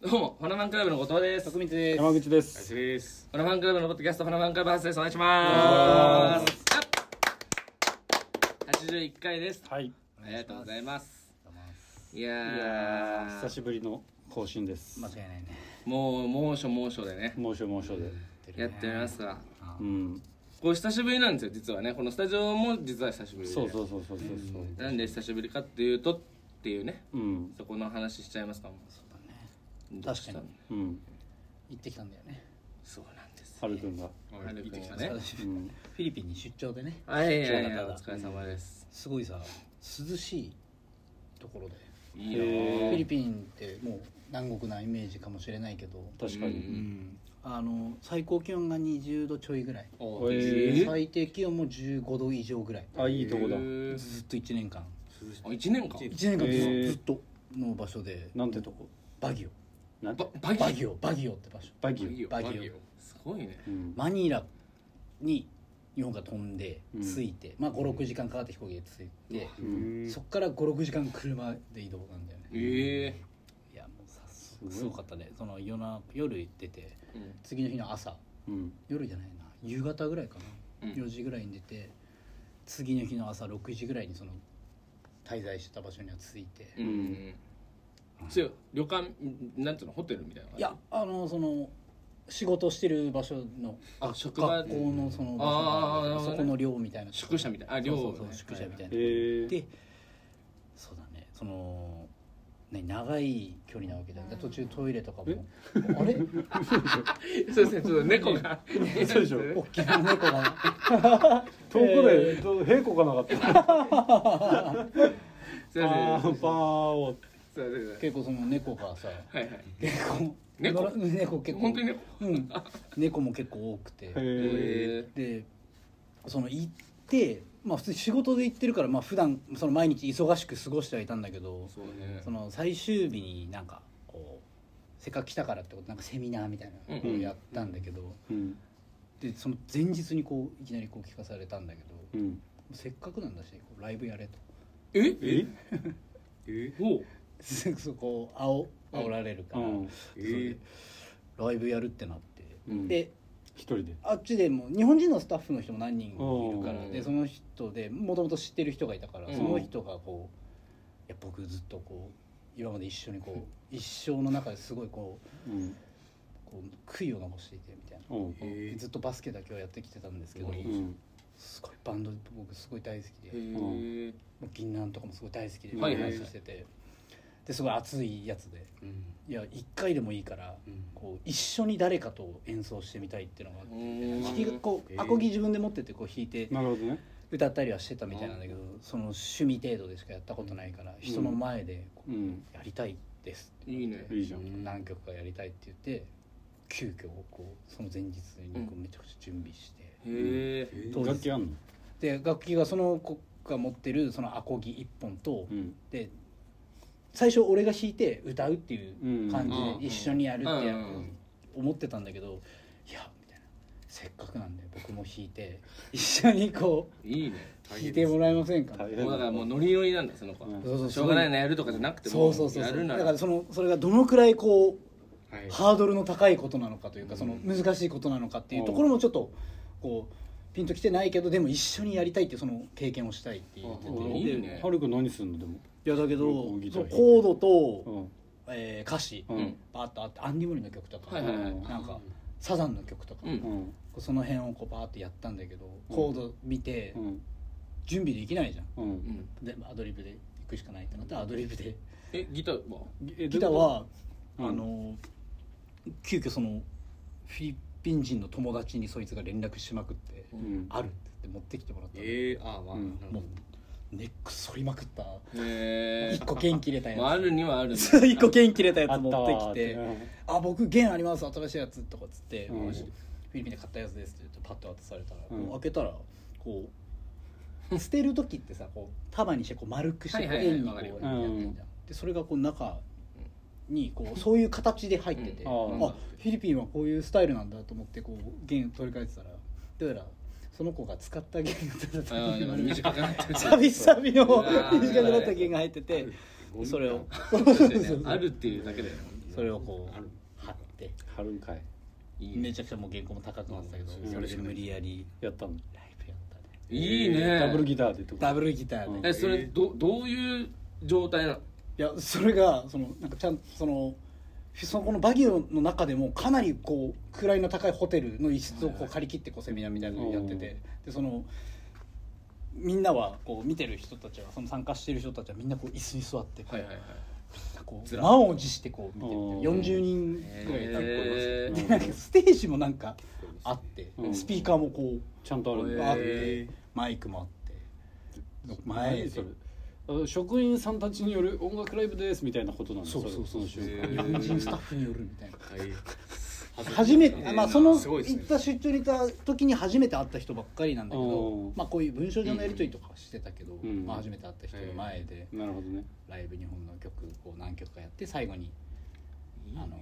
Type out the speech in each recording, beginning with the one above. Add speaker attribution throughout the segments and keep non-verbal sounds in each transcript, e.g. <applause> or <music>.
Speaker 1: どうも、ファナファンクラブの後藤です。
Speaker 2: 徳光です。
Speaker 3: 山口です。
Speaker 2: 林です。
Speaker 1: ファナファンクラブのポッドキャスト、ファナファンクラブ発です。お願いします。八十一回です。
Speaker 3: はい。
Speaker 1: ありがとうございます。い
Speaker 3: いや
Speaker 1: や
Speaker 3: ー
Speaker 1: ー
Speaker 3: 久しぶりの更新です。
Speaker 2: 間違いないね。
Speaker 1: もう猛暑猛暑でね、
Speaker 3: 猛暑猛暑で。
Speaker 1: やってみますが、
Speaker 3: うん。
Speaker 1: こう久しぶりなんですよ、実はね、このスタジオも実は久しぶりで。
Speaker 3: そうそうそうそうそうそう。
Speaker 1: なんで久しぶりかっていうとっていうね、
Speaker 3: うん
Speaker 1: そこの話しちゃいますかも。どうしたの
Speaker 2: 確かに
Speaker 3: うん。
Speaker 2: 行ってきたんだよね。
Speaker 1: そうなんです。
Speaker 3: はるくんが。
Speaker 1: はるくんが
Speaker 2: ね
Speaker 1: ね
Speaker 2: フ。
Speaker 3: うん。
Speaker 2: ィリピンに出張でね。
Speaker 1: はいはいはい、
Speaker 2: うん
Speaker 1: お疲れ様です。
Speaker 2: すごいさ、涼しいところで。
Speaker 1: いいよー。
Speaker 2: フィリピンってもう南国なイメージかもしれないけど、
Speaker 3: 確か
Speaker 2: う
Speaker 3: に。
Speaker 2: んあの最高気温が20度ちょいぐらい。
Speaker 1: お
Speaker 3: え
Speaker 1: ー
Speaker 3: ー
Speaker 2: 最低気温も15度以上ぐらい。
Speaker 3: あいいとこだ。
Speaker 1: えー
Speaker 2: ずっと1年間。
Speaker 1: あ一年か
Speaker 2: 1年間ず
Speaker 3: へー
Speaker 2: ずっとの場所で、
Speaker 3: なんてとこ。
Speaker 2: バギオ。
Speaker 3: なん
Speaker 1: バ
Speaker 3: て。
Speaker 1: バギ
Speaker 2: バギオ、バギオって場所。
Speaker 3: バ
Speaker 1: バギ
Speaker 3: ギ
Speaker 1: オ
Speaker 2: バギオ
Speaker 1: すごいね
Speaker 3: オ。うん。
Speaker 2: マニラに日本が飛んで
Speaker 3: うん
Speaker 2: 着いて、まあ56時間かかって飛行機で着いて、そっから56時間車で移動なんだよね
Speaker 1: ええ
Speaker 2: いやもうさす
Speaker 3: ごい
Speaker 2: すごかったねその夜な夜行ってて
Speaker 1: うん
Speaker 2: 次の日の朝
Speaker 3: うん。
Speaker 2: 夜じゃないな夕方ぐらいかな、
Speaker 1: うん
Speaker 2: 4時ぐらいに出て次の日の朝6時ぐらいにその滞在してた場所には着いて、
Speaker 1: うんうんそう旅館んなんていうのホテルみたいない
Speaker 2: やあのその仕事してる場所の
Speaker 1: あ職場
Speaker 2: 学校のその場
Speaker 1: あーなる
Speaker 2: 所
Speaker 1: ほど
Speaker 2: そ
Speaker 1: ね
Speaker 2: この寮みたいな
Speaker 1: 宿舎みたいなあ寮
Speaker 2: そうそうそう
Speaker 1: ね
Speaker 2: 宿舎みたいな、
Speaker 3: ええ。
Speaker 2: でそうだねそのね長い距離なわけだよね途中トイレとかもあれ
Speaker 1: そうですねちょっと猫が
Speaker 3: そうでしょ
Speaker 2: 大きな猫が
Speaker 3: 遠くでどう平行かなかっ
Speaker 1: すいませ
Speaker 3: た。あー
Speaker 1: ん
Speaker 3: パーを。
Speaker 1: すいませんすいません
Speaker 2: 結構その猫がさ
Speaker 1: はいはい
Speaker 2: 結構
Speaker 1: 猫
Speaker 2: 野良猫結構
Speaker 1: 本当にね
Speaker 2: うん、猫も結構多くて、
Speaker 3: へえ。
Speaker 1: え
Speaker 2: でその行ってまあ普通に仕事で行ってるからまあ普段その毎日忙しく過ごしてはいたんだけど
Speaker 1: ーそうね
Speaker 2: その最終日になんかこうせっかく来たからってことでなんかセミナーみたいなのをやったんだけど、
Speaker 3: うん。
Speaker 2: でその前日にこういきなりこう聞かされたんだけど
Speaker 3: うん。
Speaker 2: せっかくなんだしこうライブやれと <laughs>
Speaker 1: え
Speaker 3: え？
Speaker 1: えおう
Speaker 2: そこあお煽られるか
Speaker 3: う
Speaker 2: ら、
Speaker 3: ん。
Speaker 1: えー
Speaker 2: それでライブやるってなって、
Speaker 3: うん
Speaker 2: で
Speaker 3: 一人で。
Speaker 2: あっちでも日本人のスタッフの人も何人もいるから
Speaker 1: うん
Speaker 2: でその人でもともと知ってる人がいたから
Speaker 1: うん
Speaker 2: その人がこういや僕ずっとこう今まで一緒にこ
Speaker 1: <laughs>
Speaker 2: う一生の中ですごいこう
Speaker 3: うん。
Speaker 2: こう悔いを残していてみたいな。
Speaker 3: おう。
Speaker 1: えー
Speaker 2: ずっとバスケだけはやってきてたんですけど、
Speaker 1: すごい
Speaker 3: うん。
Speaker 2: すごいバンド僕すごい大好きで、
Speaker 1: えー
Speaker 2: もう銀杏とかもすごい大好きで
Speaker 3: はい
Speaker 2: 話してて、ですごい熱いやつでいや1回でもいいから、こう一緒に誰かと演奏してみたいっていうのがあって
Speaker 1: う。ーん
Speaker 2: 弾きがこう
Speaker 1: えー
Speaker 2: アコギ自分で持っててこう弾いて
Speaker 3: なるほどね。
Speaker 2: 歌ったりはしてたみたいなんだけどその趣味程度でしかやったことないから人の前でこう
Speaker 3: うん。
Speaker 2: やりたいですって
Speaker 1: いいね
Speaker 3: いいじゃん。
Speaker 2: 何曲かやりたいって言って急遽こうその前日にこうめちゃくちゃ準備して
Speaker 1: えー
Speaker 2: 当日
Speaker 3: 楽器あんの？
Speaker 2: で楽器がその子が持ってるそのアコギ1本と
Speaker 3: うん。
Speaker 2: で最初俺が弾いて歌うっていう感じ
Speaker 1: うん
Speaker 2: で一緒にやるってや
Speaker 1: うんうん
Speaker 2: 思ってたんだけどいやみたいなせっかくなんで僕も弾いて一緒にこう
Speaker 1: いいね
Speaker 2: 弾いてもらえませんか
Speaker 3: 大変
Speaker 1: もうだからもうノリノリなんだその子は
Speaker 3: うん
Speaker 2: そうそう
Speaker 1: しょうがないなやるとかじゃなくて
Speaker 2: そ
Speaker 1: も
Speaker 2: うそうそう
Speaker 1: や
Speaker 2: そう
Speaker 1: るな
Speaker 2: だ
Speaker 1: ら
Speaker 2: からそのそれがどのくらいこう、
Speaker 1: はい
Speaker 2: ハードルの高いことなのかというか、その難しいことなのかっていうところもちょっとこうピンときてないけどでも一緒にやりたいっていうその経験をしたいって言ってて、
Speaker 1: うん
Speaker 2: い
Speaker 1: いいね
Speaker 3: はるくん何すんのでも。
Speaker 2: やだけど
Speaker 3: うんギタ
Speaker 2: そ
Speaker 3: ー弾
Speaker 2: の
Speaker 3: いて
Speaker 2: コードと、
Speaker 3: うん。
Speaker 2: えー歌詞、
Speaker 3: う
Speaker 2: ば
Speaker 3: ん
Speaker 2: ーバーッとあってアンディ・ムリの曲とか、
Speaker 1: はいはいはい
Speaker 2: なんかサザンの曲とか、
Speaker 1: う
Speaker 2: こ
Speaker 1: ん
Speaker 3: うん。
Speaker 2: うその辺をこうバーッとやったんだけどコード見て
Speaker 3: うん。
Speaker 2: 準備できないじゃん、
Speaker 3: うん
Speaker 1: う。ん
Speaker 2: でアドリブで行くしかないってなってアドリブで。
Speaker 1: えギターは
Speaker 3: ギ
Speaker 2: ギターは、
Speaker 3: うん
Speaker 2: あの急遽そのフィリピン人の友達にそいつが連絡しまくって「
Speaker 3: うん
Speaker 2: ある」って言って持ってきてもらったの
Speaker 1: えー、あーまあ、
Speaker 3: うん
Speaker 1: なるほ
Speaker 2: も
Speaker 1: ど
Speaker 2: うネック反りまくった
Speaker 1: え
Speaker 2: 一個弦切れた
Speaker 1: ー、まああ
Speaker 2: や
Speaker 1: るにはあるんだ
Speaker 2: つ <laughs> 一個弦切れたやつ持って
Speaker 3: あ
Speaker 2: き
Speaker 3: ってたわーって
Speaker 2: 「あ僕弦あります新しいやつ」とかっつって、
Speaker 3: うん
Speaker 2: フィリピンで買ったやつです」って言ってパッと渡されたら、
Speaker 3: うん
Speaker 2: こう開けたらこう捨てる時ってさこう束にしてこう丸くして
Speaker 1: はい
Speaker 2: こう
Speaker 1: はいはい
Speaker 2: 円にこ
Speaker 1: わ
Speaker 2: う
Speaker 1: かる
Speaker 2: やっ
Speaker 1: よ
Speaker 2: てんじゃん、
Speaker 3: うん
Speaker 2: でそれがこう中にこうそういう形で入ってて、
Speaker 1: うん
Speaker 3: あ
Speaker 2: あフィリピンはこういうスタイルなんだと思ってこう弦取り替えてたらどうやらその子が使った弦が
Speaker 1: あー
Speaker 2: <laughs>
Speaker 1: でも短くなってる
Speaker 2: サビサビの
Speaker 1: うわー
Speaker 2: 短くなった弦が入っててそれを
Speaker 1: そうですよねあるっていうだけで
Speaker 2: それをこ
Speaker 4: ある
Speaker 2: う貼って
Speaker 4: 貼るんかい
Speaker 1: いいね
Speaker 2: めちゃくちゃもう原稿も高くなってたけど
Speaker 4: うん
Speaker 2: それで無理やり
Speaker 4: やったの
Speaker 2: ライブやったね
Speaker 1: いいね
Speaker 4: ダブルギターでってこと
Speaker 2: ダブルギターで
Speaker 1: えそれどどういう状態なの
Speaker 2: いやそれがそのなんかちゃんそのそこのバギーの中でもかなりこう位の高いホテルの一室をこう借り切ってこうセミナーみたいなのやっててでそのみんなはこう見てる人たちはその参加してる人たちはみんなこう椅子に座ってこう
Speaker 1: はいはいはい
Speaker 2: こう
Speaker 1: ずら
Speaker 2: 満を持してこう見てるみたい
Speaker 4: うん
Speaker 2: な40人ぐらいいた
Speaker 1: へ
Speaker 4: ー
Speaker 2: でなんかステージもなんかあって
Speaker 4: うん
Speaker 2: スピーカーもこ
Speaker 4: ちゃんとあるん
Speaker 2: う
Speaker 4: だ
Speaker 1: へー
Speaker 2: あってマイクもあって前
Speaker 4: 何
Speaker 2: で
Speaker 4: それあ職員さんたちによる音楽ライブですみたいなことなんだ
Speaker 2: そうそうそう
Speaker 4: そ
Speaker 2: そう
Speaker 4: の瞬間
Speaker 2: 日
Speaker 1: へー
Speaker 2: 本人スタッフによるみたいな。
Speaker 1: はい
Speaker 2: 初めて、あまあ、その
Speaker 1: すごいです
Speaker 2: 行
Speaker 1: ね
Speaker 2: った出張にいた時に初めて会った人ばっかりなんだけ
Speaker 4: う
Speaker 2: ど
Speaker 4: ん、
Speaker 2: まあ、こういう文章上のやり取りとかはしてたけど、
Speaker 4: ん
Speaker 2: まあ、初めて会った人の前で
Speaker 4: なるほどね
Speaker 2: ライブ日本の曲を何曲かやって最後に「あの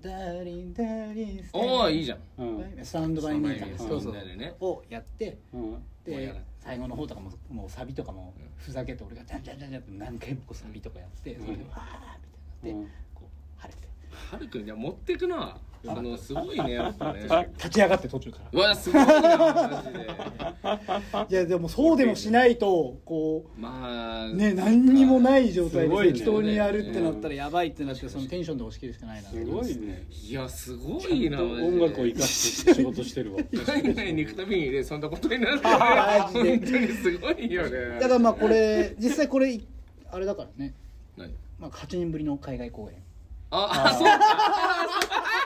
Speaker 2: ダーリンダーリンス
Speaker 1: おおいいじゃん
Speaker 4: うん、う
Speaker 2: スタンドバイミーター」
Speaker 1: スタン
Speaker 2: そ
Speaker 1: ドバイミーみ
Speaker 2: うそう
Speaker 1: んなでね
Speaker 2: をやって
Speaker 4: ん、
Speaker 1: もうや
Speaker 2: で
Speaker 1: らない
Speaker 2: 最後の方とかももうサビとかも
Speaker 1: うん
Speaker 2: ふざけて俺が「ジャンジャンジャンジャン」って何回もこうサビとかやってそれで「わあ」みたいに
Speaker 4: う
Speaker 2: なっ
Speaker 4: ん
Speaker 2: てこう晴れて
Speaker 1: はるくんじゃ持ってくなそのすごいねやっぱね
Speaker 2: 立ち上がって途中から
Speaker 1: う。わすごいなマジで
Speaker 2: いやでもそうでもしないとこ
Speaker 1: まあ
Speaker 2: うね何にもない状態
Speaker 4: す
Speaker 2: で
Speaker 4: ごいね
Speaker 2: 適当にやるってなったらやばいってなってそのテンションで押し切るしかないな
Speaker 4: すごいね
Speaker 1: いやすごいなマジで
Speaker 4: 音楽を生かして仕事してるわ
Speaker 1: <laughs> 海外に行くたびにねそんなことになるね
Speaker 2: マジで
Speaker 1: 本当にすごいよね
Speaker 2: だからまあこ <laughs> れ実際これあれだからね
Speaker 1: 何
Speaker 2: まあ8年ぶりの海外公演
Speaker 1: ああそうか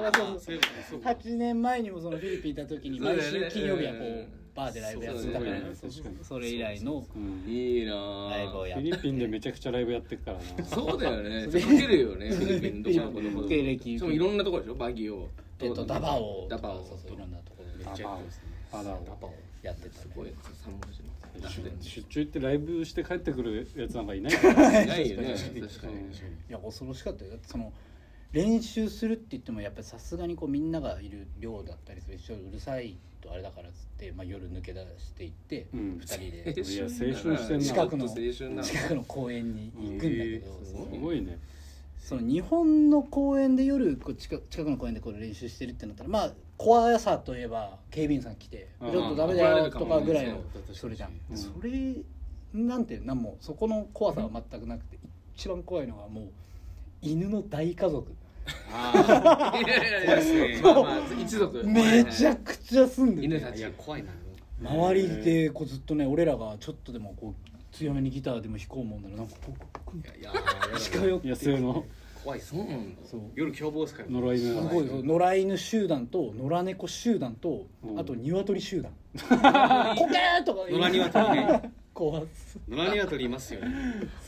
Speaker 2: 8年前にもそのフィリピン行った時に
Speaker 1: そうだ
Speaker 2: 毎
Speaker 1: よね
Speaker 2: 週金曜日はこ
Speaker 1: うん
Speaker 2: うバーでライブやって
Speaker 1: そ
Speaker 2: た
Speaker 1: う
Speaker 2: か
Speaker 1: だ
Speaker 2: ら
Speaker 1: よね
Speaker 4: 確かに
Speaker 2: それ以来の
Speaker 4: うん
Speaker 1: いいな
Speaker 2: ライブ
Speaker 1: ぁ
Speaker 2: を
Speaker 4: フ
Speaker 2: や
Speaker 4: ィ
Speaker 2: っ
Speaker 4: リ
Speaker 2: た
Speaker 4: ピンでめちゃくちゃライブやってっからな
Speaker 1: そうだよね受けるよねフィリピンどこどこどこどこ
Speaker 2: 経歴
Speaker 1: しかもいろんなとこでしょバギーを
Speaker 2: えっとダバオ
Speaker 1: ダ
Speaker 2: と
Speaker 1: バ
Speaker 2: か
Speaker 1: オ
Speaker 2: そうそういろんなところで
Speaker 4: ダバオあら
Speaker 2: ダバオやってた
Speaker 1: す
Speaker 2: ね
Speaker 1: ごい三文字のだって
Speaker 4: 出張行ってライブして帰ってくるやつなんかいないから
Speaker 1: ないよね確か
Speaker 4: う
Speaker 1: に
Speaker 4: ん
Speaker 2: いや恐ろしかったよだってその練習するって言ってもやっぱりさすがにこうみんながいる量だったりする一緒うるさいとあれだからっつって、まあ、夜抜け出していって、
Speaker 4: う
Speaker 2: 二
Speaker 4: ん
Speaker 2: 2人で
Speaker 4: いや青春してんな
Speaker 2: 近くの
Speaker 1: 青春だ
Speaker 2: 近くの公園に行くんだけど、
Speaker 1: うんえ
Speaker 2: そ
Speaker 1: ー
Speaker 4: す
Speaker 2: の
Speaker 4: ごいね
Speaker 2: その日本の公園で夜こう近く近くの公園でこう練習してるってなったらまあ怖さといえば警備員さん来て「ち
Speaker 4: うん
Speaker 2: ょっとダメだ
Speaker 1: 怒られ
Speaker 2: よ」
Speaker 1: るかも
Speaker 2: と
Speaker 1: ね
Speaker 2: かぐらいの
Speaker 1: そう
Speaker 2: それじゃん、
Speaker 4: うん
Speaker 2: それなんてなんもそこの怖さは全くなくて一番怖いのはもう犬の大家族
Speaker 1: ああいやいやいやまあまあ一族
Speaker 2: めちゃくちゃ住んで
Speaker 1: 犬
Speaker 2: る
Speaker 1: たち
Speaker 4: 怖いな
Speaker 2: 周りでこうずっとね俺らがちょっとでもこう強めにギターでも弾こうもんならなんかこう
Speaker 5: いや
Speaker 2: 近寄って
Speaker 4: 野生の
Speaker 5: 怖いです
Speaker 1: そうなんだ
Speaker 2: そう
Speaker 5: 夜凶暴ですから
Speaker 4: 呪い
Speaker 2: す
Speaker 4: の
Speaker 2: ごいそう野良犬集団と野良猫集団と
Speaker 4: うん
Speaker 2: あと鶏集団コケーとか
Speaker 5: 野良鶏ね
Speaker 2: <laughs> 怖っす
Speaker 5: 野良鶏いますよね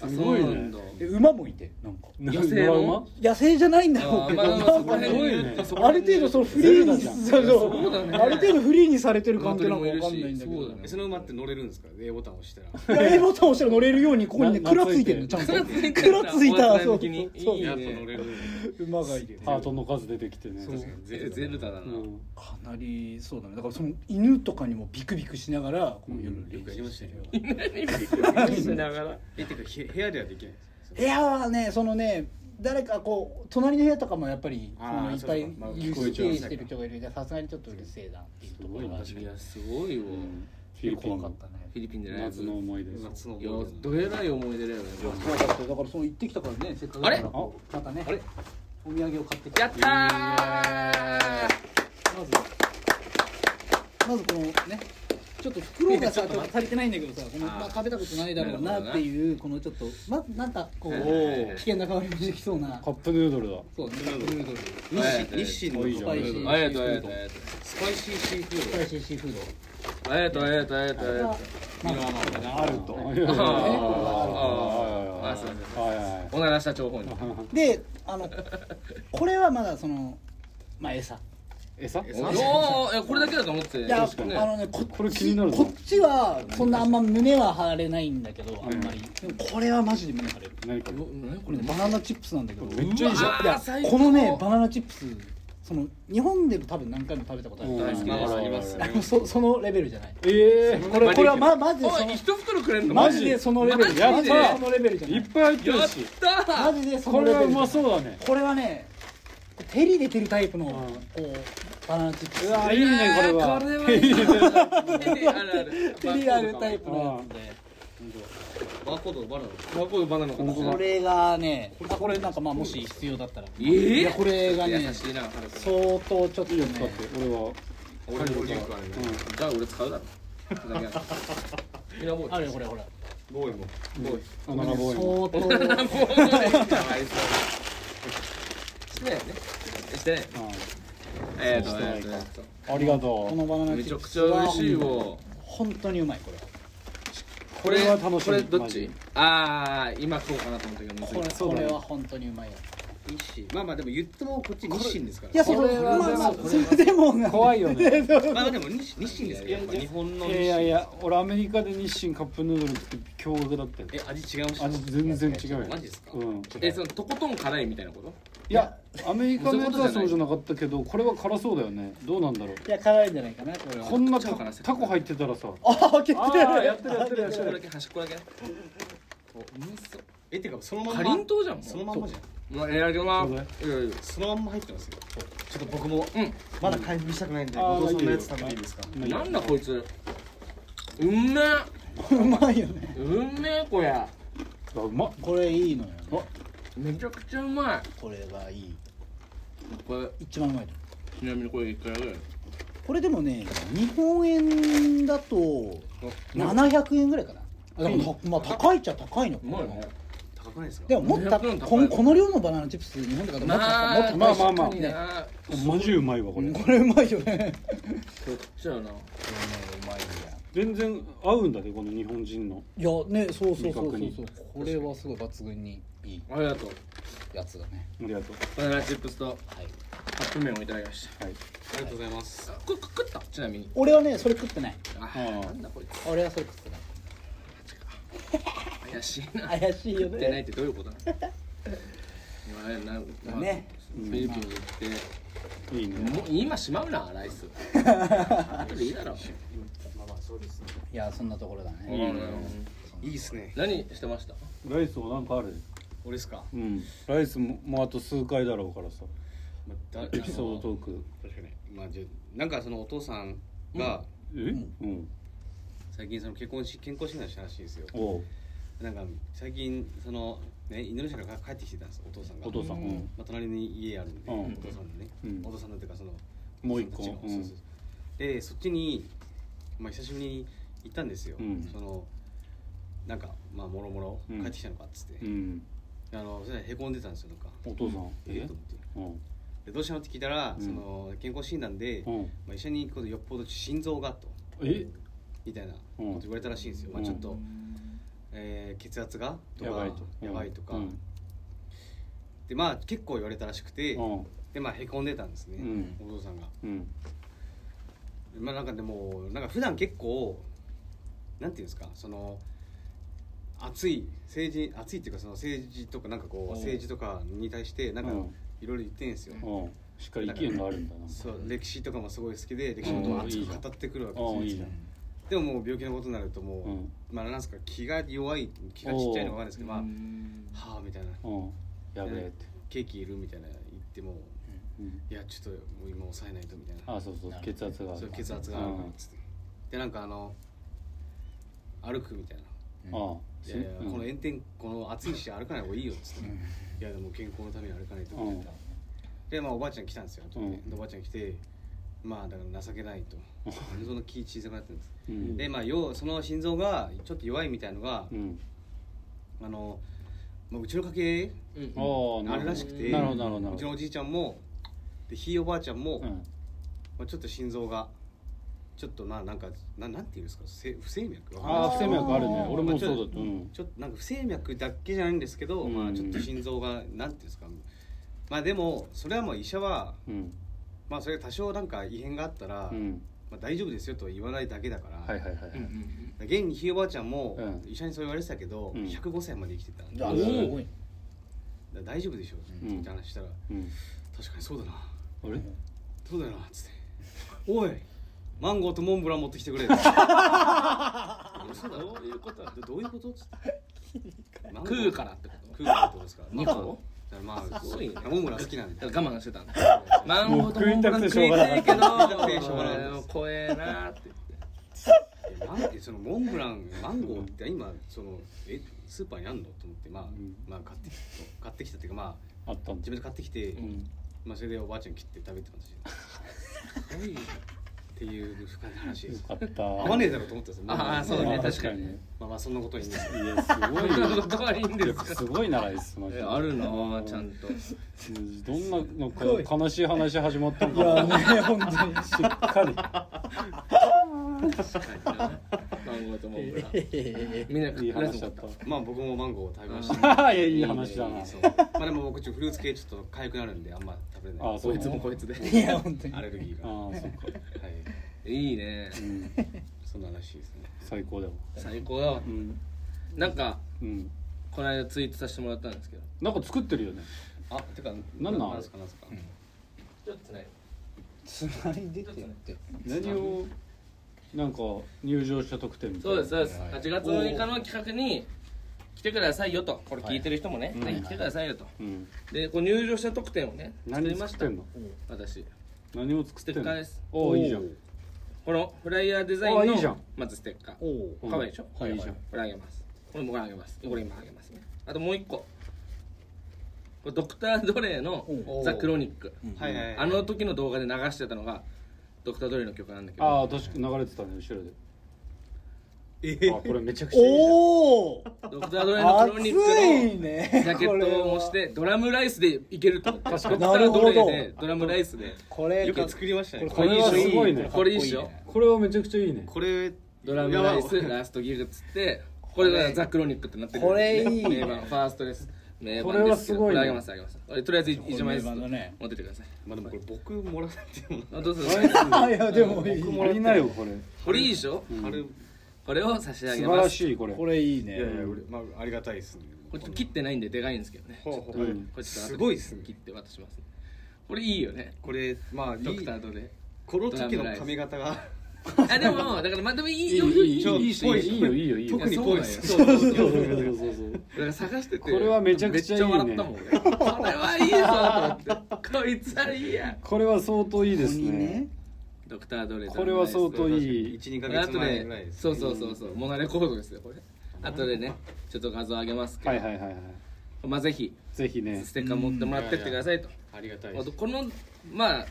Speaker 1: あ
Speaker 4: すごいね
Speaker 1: そうなんだ
Speaker 2: で馬もいてなんか
Speaker 1: 野生
Speaker 4: の
Speaker 1: の
Speaker 4: 馬
Speaker 2: 野生じゃないんだろ
Speaker 1: あ
Speaker 2: うけ
Speaker 1: まあま
Speaker 2: ど
Speaker 1: あ
Speaker 2: な
Speaker 1: そ
Speaker 2: ん
Speaker 1: こ
Speaker 2: からね
Speaker 1: 辺に
Speaker 4: す
Speaker 2: ある程度そのフリーにそう
Speaker 1: そうだね
Speaker 2: ある程度フリーにされてる感じなのか
Speaker 1: 鶏
Speaker 2: 分
Speaker 1: も
Speaker 2: か
Speaker 1: いる
Speaker 2: ん
Speaker 1: し
Speaker 2: ないんだけ
Speaker 1: そう
Speaker 2: ど
Speaker 1: だね
Speaker 5: えその馬って乗れるんですか A ボタン押したら
Speaker 2: いや A ボタン押したら乗れるようにここにね
Speaker 4: な
Speaker 2: くらついてるのちゃんとくらついたそうそうそう
Speaker 1: いい
Speaker 5: やっぱ乗
Speaker 1: ね
Speaker 5: れる
Speaker 2: 馬がいて
Speaker 4: パートの数出てきてね
Speaker 2: そう
Speaker 1: ゼゼルダだな
Speaker 4: うん
Speaker 2: かなりそうだねだからその犬とかにもビクビクしながらこう夜
Speaker 5: よくやりましたよ
Speaker 1: しながら
Speaker 5: えてかへ部屋ではできないんですかそ
Speaker 2: 部
Speaker 5: れ
Speaker 2: 屋はねそのね誰かこう隣の部屋とかもやっぱりそ
Speaker 5: あー
Speaker 2: のいっぱい
Speaker 5: そうかまあ
Speaker 2: 有
Speaker 4: 聞こえ
Speaker 2: 識
Speaker 4: ちゃう
Speaker 2: してる人がいるんでさすがにちょっとうるせえなっていうところはある
Speaker 1: いやすごいわ
Speaker 4: フィリピ
Speaker 2: 怖かっ
Speaker 4: ン
Speaker 2: たね
Speaker 1: フィリピンでライ
Speaker 4: 夏の
Speaker 1: ブ
Speaker 4: 思い出
Speaker 5: 夏の
Speaker 1: いや
Speaker 5: 思い出
Speaker 1: どえらい思い出だよね
Speaker 2: 怖かったよだからその行ってきたからねせっかくだから
Speaker 1: あれ
Speaker 2: こうまたね
Speaker 1: あれ
Speaker 2: お土産を買ってき
Speaker 1: やった
Speaker 2: まずまずこのねちょっと袋がさちょっと足りてないんだけどさこの
Speaker 1: あー
Speaker 2: まあ、食べたことないだろうなっていうこのちょっとまなんかこ
Speaker 1: はいはいは
Speaker 2: う
Speaker 1: い
Speaker 2: 危険な香りもしてきそうな
Speaker 4: カップヌードルだ
Speaker 2: そうねヌードル
Speaker 5: 日
Speaker 1: はい
Speaker 5: 清日清
Speaker 4: 多いじ
Speaker 5: の
Speaker 2: ス
Speaker 4: ゃん
Speaker 1: ー
Speaker 2: パイシー
Speaker 1: ありがとうありがとう
Speaker 5: スパイシーシーフ
Speaker 2: ス
Speaker 5: ー
Speaker 2: パ
Speaker 5: ド
Speaker 2: イシーシーフード
Speaker 1: ありがとうありがとうありがとうありがとう
Speaker 2: まあ
Speaker 4: あるとあ
Speaker 1: あ
Speaker 4: あ
Speaker 1: ああそうそうそ
Speaker 4: はいはいう
Speaker 1: おならした長方に
Speaker 2: であのこれはまだそのまあ餌
Speaker 4: 餌
Speaker 5: 餌
Speaker 4: お
Speaker 1: おおいやこれだけだと思って
Speaker 2: いや
Speaker 1: 確かに
Speaker 2: あのねこっち
Speaker 4: これ気になるな
Speaker 2: こっちはそんなあんま胸は張れないんだけどあんまり、でもこれはマジで胸張れる
Speaker 4: 何これ
Speaker 1: うわ何こ
Speaker 2: こ
Speaker 1: れ
Speaker 2: れねバナナチップスなんだけど
Speaker 4: めっちゃいいじゃん
Speaker 1: うわー
Speaker 2: いや
Speaker 1: 最高
Speaker 2: このねバナナチップスその日本でも多分何回も食べたことある
Speaker 4: うん
Speaker 5: 大好きなやつあります
Speaker 2: あのそそのレベルじゃない
Speaker 3: ええ
Speaker 2: これこれはまマジで
Speaker 1: お
Speaker 2: そ
Speaker 1: い
Speaker 2: の
Speaker 1: 一袋くれんの
Speaker 2: マジでそのレベルじゃな
Speaker 1: マ
Speaker 2: い
Speaker 1: ジ
Speaker 2: マジ
Speaker 1: で
Speaker 2: でそのレベルじゃないい
Speaker 3: っぱい入って
Speaker 1: や
Speaker 3: る
Speaker 1: っ
Speaker 3: した
Speaker 1: ー
Speaker 2: マジでそ
Speaker 3: こ
Speaker 2: の
Speaker 3: れ
Speaker 2: レ
Speaker 3: は
Speaker 2: ベル
Speaker 3: うまそうだね
Speaker 2: これはね照りで照るタイプの
Speaker 3: ん
Speaker 2: こうバナナチップス
Speaker 3: うわいいねこれは
Speaker 1: これはいいあるある
Speaker 2: 照りあるタイプのやつで
Speaker 5: バーコードのバナナバーコードバナナの
Speaker 2: こ
Speaker 5: 形
Speaker 2: れがねあこれなんかまあもし必要だったら
Speaker 1: え
Speaker 2: いや
Speaker 1: ー
Speaker 2: これがね
Speaker 5: 優しいな彼氏
Speaker 2: 相当ちょっとね
Speaker 3: だって俺は
Speaker 5: 俺のリュックあるね
Speaker 1: じゃあ俺使うだろだけだミ <laughs> ラボーイ
Speaker 2: あるよこれほら
Speaker 5: ボーイもボーイ
Speaker 3: あ
Speaker 2: 相
Speaker 3: 長棒に
Speaker 2: 当
Speaker 1: ミラボーイしてないよねしてないえーとえーと
Speaker 3: ありが
Speaker 2: ことのバナナ
Speaker 1: め
Speaker 2: チ
Speaker 1: ちゃ
Speaker 2: ッ
Speaker 1: く
Speaker 2: プ
Speaker 1: ち
Speaker 2: ス
Speaker 1: ゃ美
Speaker 2: は
Speaker 1: 味しいよ
Speaker 2: 本当にうまいこれは
Speaker 1: こ
Speaker 3: こ
Speaker 1: れ
Speaker 3: れは楽しみ
Speaker 1: これどっ
Speaker 3: マジ
Speaker 1: ちああ今食おうかなと思ったけどむずい
Speaker 2: これ
Speaker 1: な
Speaker 2: これは本当にうまいよ
Speaker 5: 日清まあまあでも言ってもこっち日清ですから
Speaker 2: いやそう
Speaker 1: これは
Speaker 2: まあまあ
Speaker 1: でも
Speaker 2: それでも
Speaker 3: 怖いよね
Speaker 5: まあでも日日清ですからやっぱ日本の
Speaker 3: い
Speaker 5: 日
Speaker 3: や
Speaker 5: 清
Speaker 3: いやいや俺アメリカで日清カップヌードルって驚愕だったよ
Speaker 5: え味違いました
Speaker 3: 味全然違うよ
Speaker 5: マジですか
Speaker 3: うん
Speaker 1: えそのとことん辛いみたいなこと
Speaker 3: いやアメリカのやつ
Speaker 1: そいうこ
Speaker 3: はそう
Speaker 1: とじゃない
Speaker 3: じゃなかったけどこれは辛そうだよねどうなんだろう
Speaker 2: いや辛いんじゃないかなこれは
Speaker 3: こんな
Speaker 1: ちょ
Speaker 3: タ
Speaker 1: っと辛そう
Speaker 3: タコ入ってたらさ
Speaker 2: あ開けて
Speaker 3: あーやってるやってるやって
Speaker 1: 端っこだ
Speaker 3: る
Speaker 1: け端っこだけ
Speaker 5: おうまそうえてかそのまん
Speaker 1: か
Speaker 5: ま
Speaker 1: りんとうじゃんもう
Speaker 5: そのまんまじゃん
Speaker 1: まあ、えらいま
Speaker 3: そうだね
Speaker 1: いやいや
Speaker 5: そのまんま入ってますよちょっと僕も
Speaker 1: うん
Speaker 5: まだ開封したくないんで
Speaker 3: あー
Speaker 5: 後藤さんのやつ食べていいですか
Speaker 3: まあいい
Speaker 1: なんだこいつうめ
Speaker 2: <laughs> うまいよね
Speaker 1: えうめえこれ
Speaker 3: あうまっ
Speaker 2: これいいのよね
Speaker 1: めちゃくちゃうまい
Speaker 2: これがいい
Speaker 1: これ
Speaker 2: 一番うまいと
Speaker 1: ちなみにこれいくらぐらい
Speaker 2: これでもね日本円だと700円ぐらいかなあでもたまあ高いっちゃ高いのか
Speaker 1: うまいね
Speaker 5: 高くないですか
Speaker 2: でももっと
Speaker 1: 200円高い
Speaker 2: こんこの量のバナナチップス日本とかでもっと高いもっと
Speaker 3: まあ
Speaker 2: 高いし
Speaker 3: まあまあ
Speaker 2: ね
Speaker 1: あ
Speaker 3: マジうまいわこれ
Speaker 2: これうまいよね
Speaker 1: こっちだな
Speaker 2: うまい
Speaker 3: 全然合うんだねこの日本人の
Speaker 2: いやねそうそうそうそう
Speaker 3: 味
Speaker 2: そ
Speaker 3: 覚
Speaker 2: うこれはすごい抜群にいい
Speaker 1: ありがとう
Speaker 2: やつだね
Speaker 3: ありがとう
Speaker 1: バナナチップスと
Speaker 2: はい
Speaker 1: カップ麺をいただきました
Speaker 3: はい
Speaker 5: ありがとうございます
Speaker 1: これ食ったちなみに
Speaker 2: 俺はねそれ食ってない
Speaker 1: あ
Speaker 3: あ
Speaker 1: ー
Speaker 3: ー
Speaker 1: なんだこいつ
Speaker 2: 俺はそれ食ってない
Speaker 1: 怪しいな
Speaker 2: 怪しいよ
Speaker 1: 食ってない
Speaker 2: ね
Speaker 1: ってどういうことな
Speaker 2: <laughs>
Speaker 1: のいやなな
Speaker 2: ね
Speaker 1: フィリピンに行って
Speaker 3: いいね
Speaker 1: もう今しまうなライス後でいいだろ
Speaker 5: まあまあそうですね
Speaker 2: いやそんなところだ
Speaker 1: う
Speaker 2: ね
Speaker 1: ん
Speaker 5: いいですね
Speaker 1: 何してました
Speaker 3: ライスもなんかある
Speaker 5: 俺ですか
Speaker 3: うんライスももうあと数回だろうからさ
Speaker 5: まあだ
Speaker 3: エピソードトーク
Speaker 5: 確かにまあじゃあなんかそのお父さんが
Speaker 3: えうん
Speaker 5: 最近その結婚し健康診断したらしいんですよ
Speaker 3: おう
Speaker 5: なんか最近そのねインドネシアから帰ってきてたんですお父さんが
Speaker 3: お父さんうん
Speaker 5: まあ、隣に家あるんで、
Speaker 3: うん
Speaker 5: お父さんのね、
Speaker 3: うん
Speaker 5: お父さんのっていうかその
Speaker 3: もう一個
Speaker 5: その父の
Speaker 3: うん
Speaker 5: そうそうそうでそっちに、まあ、久しぶりに行ったんですよ、
Speaker 3: うん
Speaker 5: そのなんかまあもろもろ
Speaker 3: うん
Speaker 5: 帰ってきたのかっつって、
Speaker 3: うん
Speaker 5: あのそれへこんでたんですよなんか
Speaker 3: お父さん
Speaker 5: え
Speaker 3: え
Speaker 5: っと思って
Speaker 3: うん
Speaker 5: でどうしたのって聞いたら、
Speaker 3: うん
Speaker 5: その健康診断で、
Speaker 3: うん
Speaker 5: まあ、医者に行くことよっぽど心臓がと
Speaker 3: え
Speaker 5: みたいなこと言われたらしいんですよ、
Speaker 3: うん
Speaker 5: まあ、ちょっと、えー血圧がとか
Speaker 3: やばいと
Speaker 5: やばいとか、
Speaker 3: うん
Speaker 5: でまあ結構言われたらしくて、
Speaker 3: うん
Speaker 5: でまあへこんでたんですね、
Speaker 3: うん
Speaker 5: お父さんが
Speaker 3: うん
Speaker 5: まあなんかでもなんか普段結構なんていうんですかその熱い政治熱いっていうかその政治とかなんかこ
Speaker 3: うん
Speaker 5: う政治とかに対してなんか
Speaker 3: うん
Speaker 5: いろいろ言ってんですよ、
Speaker 3: うんしっかり意見があるんだな
Speaker 5: そう歴史とかもすごい好きで歴史のことを熱く語ってくるわけですよ、
Speaker 3: うんいいじゃん
Speaker 5: でももう病気のことになるともう、
Speaker 3: うん
Speaker 5: まあなんですか気が弱い気がちっちゃいのがわかんないですけどまあはあみたいな
Speaker 3: うんやべえって
Speaker 5: ケーキいるみたいな言っても
Speaker 3: うん
Speaker 5: いやちょっともう今抑えないとみたいな
Speaker 3: あそうそう
Speaker 2: なるほ
Speaker 3: 血
Speaker 2: ど
Speaker 3: 圧があ
Speaker 5: そう
Speaker 3: る
Speaker 5: 血圧があるからっつって、でなんかあの歩くみたいな
Speaker 3: うんあ
Speaker 5: 「いやいや
Speaker 3: うん
Speaker 5: この炎天この暑いし歩かない方がいいよ」っつって、いやでも健康のために歩かないと」みたいな、でまあおばあちゃん来たんですよ、後でね
Speaker 3: うん
Speaker 5: でおばあちゃん来てまあだから情けないと心臓の気小さくなってるんです
Speaker 3: うん
Speaker 5: でまあ要はその心臓がちょっと弱いみたいのが
Speaker 3: う、ん
Speaker 5: あの、まあ、うちの家
Speaker 1: う
Speaker 5: 系
Speaker 1: ん
Speaker 3: あーな
Speaker 5: あ
Speaker 3: る
Speaker 5: るらしくて
Speaker 3: なるほどなるほどなるほ
Speaker 5: うちの
Speaker 3: ど
Speaker 5: おじいちゃんもでひいおばあちゃんも、
Speaker 3: うん
Speaker 5: まあ、ちょっと心臓がちょっとまあなんかななんていうんですかせ不整脈わかんない
Speaker 3: ああ
Speaker 5: です
Speaker 3: 不
Speaker 5: け
Speaker 3: 整
Speaker 5: ど
Speaker 3: 脈あるね
Speaker 2: あー
Speaker 3: 俺もそうだとうん
Speaker 5: ちょっとなんか不整脈だけじゃないんですけど、
Speaker 3: うん
Speaker 5: まあちょっと心臓がなんていうんですかまあでもそれはもう医者は
Speaker 3: うん
Speaker 5: まあそれ多少なんか異変があったら、
Speaker 3: うん
Speaker 5: まあ、大丈夫ですよとは言わないだけだから、
Speaker 3: はいはいはいは
Speaker 1: う
Speaker 3: い
Speaker 1: ん
Speaker 5: 現にひいおばあちゃんも
Speaker 3: うん
Speaker 5: 医者にそう言われてたけど、
Speaker 3: うん
Speaker 5: 105歳まで生きてた
Speaker 2: じゃあ
Speaker 5: だ
Speaker 2: すごい
Speaker 5: 大丈夫でしょうって話したら、
Speaker 3: うん
Speaker 5: 確かにそうだな
Speaker 4: あれ
Speaker 5: そうだよなつって「おいマンゴーとモンブラン持ってきてくれ」そうだどういうことだどういうこと?」つってマンゴー
Speaker 1: 食うからってこ
Speaker 5: <laughs> 食うからってことですか
Speaker 1: 二
Speaker 5: マン
Speaker 1: 個
Speaker 5: ゴーだからまあ
Speaker 1: すごいね
Speaker 5: モンブラン好きなんで
Speaker 1: だから我慢して <laughs> たんだマンゴーとモンブラン食いたいけど俺も怖えなって言って
Speaker 5: なんでそのモンブランマンゴーって今そのえスーパーにあんのと思ってまあ、まあ買ってきた買ってきたっていうかまあ
Speaker 3: あったん
Speaker 5: 自
Speaker 3: で
Speaker 5: 分で買ってきて、
Speaker 4: うん
Speaker 5: まあそれでおばあちゃん切って食べてましたしっていう話です <laughs>
Speaker 3: よかっ
Speaker 5: 合
Speaker 3: た
Speaker 5: わねえだろうと思ったんですよ
Speaker 1: ああそう
Speaker 3: ま
Speaker 1: ね
Speaker 3: あ
Speaker 1: 確かに
Speaker 5: まあまあそんなことにね <laughs>
Speaker 3: いやすごい
Speaker 1: そ <laughs> んなことはいいんですか
Speaker 3: すごい長いですマジ
Speaker 1: え
Speaker 3: で
Speaker 1: あるなちゃんと
Speaker 3: どんなのか悲しい話始まったのか
Speaker 2: やね本当に
Speaker 3: しっかり
Speaker 1: マンゴーとモンブラン
Speaker 2: え
Speaker 1: みん <laughs> ない
Speaker 3: い
Speaker 1: 食
Speaker 3: 話だっ
Speaker 5: まあ僕もマンゴーを食べました
Speaker 3: た <laughs> いやいい話だな
Speaker 5: そうまあでも僕ちょっとフルーツ系ちょっと痒くなるんであんま食べれない
Speaker 3: あそう
Speaker 1: こいつもこいつで
Speaker 2: えいや本当に
Speaker 5: アレルギーがは
Speaker 3: ああそっか
Speaker 5: い
Speaker 1: いいね
Speaker 3: うん
Speaker 5: そんな話ですね
Speaker 3: 最高だわ
Speaker 1: 最高よ
Speaker 3: うん
Speaker 1: なんか
Speaker 3: うん
Speaker 1: この間ツイートさせてもらったんですけど
Speaker 3: なんか作ってるよね
Speaker 5: あてか
Speaker 3: なんなん
Speaker 5: ですかなんですか
Speaker 1: ちょっとね
Speaker 2: つないでて
Speaker 3: 何をなんか入場者特典みたい
Speaker 1: そう
Speaker 3: な
Speaker 1: ですそうです8月6日の企画に来てくださいよとこれ聞いてる人もね、
Speaker 3: はい
Speaker 1: ぜひ来てくださいよと
Speaker 3: うん
Speaker 1: でこう入場した特典をね作
Speaker 3: 何
Speaker 1: りま
Speaker 3: 作
Speaker 1: し
Speaker 3: ったてんの
Speaker 1: 私
Speaker 3: 何を作って
Speaker 1: ス
Speaker 3: ん
Speaker 1: テッカー
Speaker 3: の
Speaker 1: です
Speaker 3: おおいいじゃん
Speaker 1: このフライヤーデザイン
Speaker 3: あいいじゃ
Speaker 1: の
Speaker 3: ん
Speaker 1: まずステッカー
Speaker 5: お
Speaker 1: 可愛いでしょ
Speaker 3: はいいいじゃん
Speaker 1: これあげますこれ僕あげますこれ今あげますねあともう一個これドクター・ドレーの
Speaker 5: お
Speaker 1: 「ザ・クロニック
Speaker 5: はいはいはい
Speaker 1: あの時の動画で流してたのがドクター・ドレーの曲なんだけ
Speaker 3: あ
Speaker 1: ど
Speaker 3: あ確か流れてたね後ろで
Speaker 5: え
Speaker 3: あこれめちゃくちゃいいじゃん
Speaker 2: おお
Speaker 1: ドクター・ドレーのクロニ
Speaker 2: 熱
Speaker 1: ックの
Speaker 2: いね
Speaker 1: ジャケットを押してドラムライスでいけると思ってドクター
Speaker 2: なるほど
Speaker 1: ドレーでドラムライスで
Speaker 2: これ
Speaker 5: よ
Speaker 2: これ
Speaker 5: く作りましたね
Speaker 2: こ
Speaker 3: これはすごいね
Speaker 1: これいいっしょ
Speaker 3: これはめちゃくちゃいいね
Speaker 5: これ
Speaker 1: ドラムライスラストギルっつってこれがザ・クロニックってなってる
Speaker 2: これいい
Speaker 1: 名盤ファーストです名
Speaker 3: こ
Speaker 1: 盤
Speaker 3: れ
Speaker 1: で
Speaker 3: は
Speaker 1: すけ
Speaker 3: す
Speaker 1: ど
Speaker 3: ごい
Speaker 1: こ
Speaker 3: ね
Speaker 1: れあげますあげますこれとりあえず一枚ずつ
Speaker 2: これ名盤だね
Speaker 1: 持ってってください
Speaker 5: <laughs> まあでもこれ僕もらっても
Speaker 1: あどうぞ
Speaker 2: あ <laughs> いやでもい
Speaker 3: あり
Speaker 2: い
Speaker 3: なよこれ
Speaker 1: これいいでしょ
Speaker 5: あれ
Speaker 1: これを差し上
Speaker 3: 素
Speaker 1: げ
Speaker 3: 晴
Speaker 1: ま
Speaker 3: ら
Speaker 1: す
Speaker 3: しいこれ
Speaker 2: これいい
Speaker 5: いやいや
Speaker 2: ね
Speaker 5: 俺まあありがたいですね
Speaker 1: これちょっと切ってないんででかいんですけどね
Speaker 5: ほうほう
Speaker 1: ちょっと
Speaker 3: うん
Speaker 1: これちょっと後
Speaker 5: すごいっすね
Speaker 1: 切って渡しますこれいいよね
Speaker 5: これまあいい
Speaker 1: ドクタードレー
Speaker 5: この時の髪型が
Speaker 1: あでもだからまあでもいい
Speaker 3: いい
Speaker 1: よ
Speaker 3: いい
Speaker 5: ちょ
Speaker 3: いい
Speaker 5: ぽい
Speaker 3: いいよいいよいいよ
Speaker 5: 特にぽいっす
Speaker 1: そうなんよそう
Speaker 3: そうそうそうそうそう
Speaker 1: 俺が探してて
Speaker 3: これはめちゃくちゃいいね
Speaker 1: めっちゃ笑ったもん俺これはいいぞと思ってこいつはいいや
Speaker 3: これは相当いい
Speaker 2: こ
Speaker 3: で
Speaker 2: こ
Speaker 3: す
Speaker 2: に
Speaker 3: ね
Speaker 1: ドクター・ドレー
Speaker 3: これは相当いい
Speaker 5: 12
Speaker 1: こ
Speaker 5: か
Speaker 1: れあ
Speaker 5: 月
Speaker 1: と
Speaker 5: 前ぐらい
Speaker 1: で
Speaker 5: です
Speaker 1: そうそうそうそうモナレコードですよこれあとでねちょっと画像上げますけど、
Speaker 3: はいはいはいはい
Speaker 1: まあぜひ
Speaker 3: ぜひね
Speaker 1: ステッカー持ってもらってってくださいと
Speaker 5: ありがた
Speaker 1: あ
Speaker 5: いで
Speaker 1: と
Speaker 5: す
Speaker 1: このまあ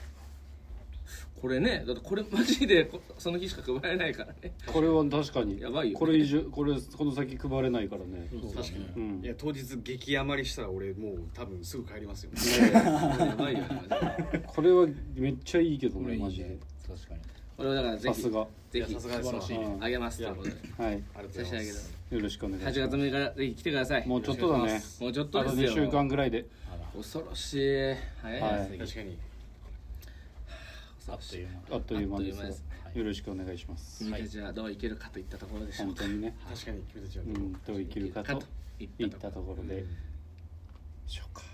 Speaker 1: これねだってこれマジでこその日しか配られないからね
Speaker 3: これは確かに
Speaker 1: やばいよね
Speaker 3: これ以上これこの先配れないからね
Speaker 5: 確かに
Speaker 3: うん
Speaker 5: いや当日激余りしたら俺もう多分すぐ帰りますよ
Speaker 1: やばいよねマジで
Speaker 3: これはめっちゃいいけど
Speaker 2: これ
Speaker 3: ね
Speaker 2: い
Speaker 3: マ
Speaker 2: い
Speaker 3: ジで
Speaker 2: ね確かに
Speaker 1: これをだからぜ
Speaker 3: さ
Speaker 1: ひ
Speaker 3: すが
Speaker 1: ぜひ
Speaker 5: さすがです
Speaker 2: 素晴らしい
Speaker 3: うん
Speaker 1: あげますと
Speaker 5: い
Speaker 1: いう
Speaker 5: や
Speaker 1: ことで
Speaker 3: はい
Speaker 5: ありがとう
Speaker 1: 差
Speaker 5: ご
Speaker 1: し
Speaker 5: ざ
Speaker 1: 上
Speaker 5: い
Speaker 1: げる
Speaker 3: よろしく
Speaker 5: ます
Speaker 3: お願いし
Speaker 1: 8
Speaker 3: ま
Speaker 1: 月
Speaker 3: す
Speaker 1: 6日からぜひ来てください
Speaker 3: もうちょっとだね
Speaker 1: もうちょっ
Speaker 3: あ
Speaker 1: と
Speaker 3: と
Speaker 1: です
Speaker 3: 2
Speaker 1: よ
Speaker 3: 週間ぐらいで
Speaker 1: 恐ろしい早いですね
Speaker 5: 確かに
Speaker 2: あっという間
Speaker 3: あっという間
Speaker 1: あっ
Speaker 3: で
Speaker 1: という間ですす
Speaker 3: がよろしくお願いします
Speaker 1: 君たちはどういけるかといったところでしょう
Speaker 3: 本
Speaker 1: か
Speaker 3: 当にね
Speaker 5: 確かに君たちは
Speaker 3: うんどう生きるかと
Speaker 1: いっ
Speaker 3: いったた
Speaker 1: と
Speaker 3: ところでしょうか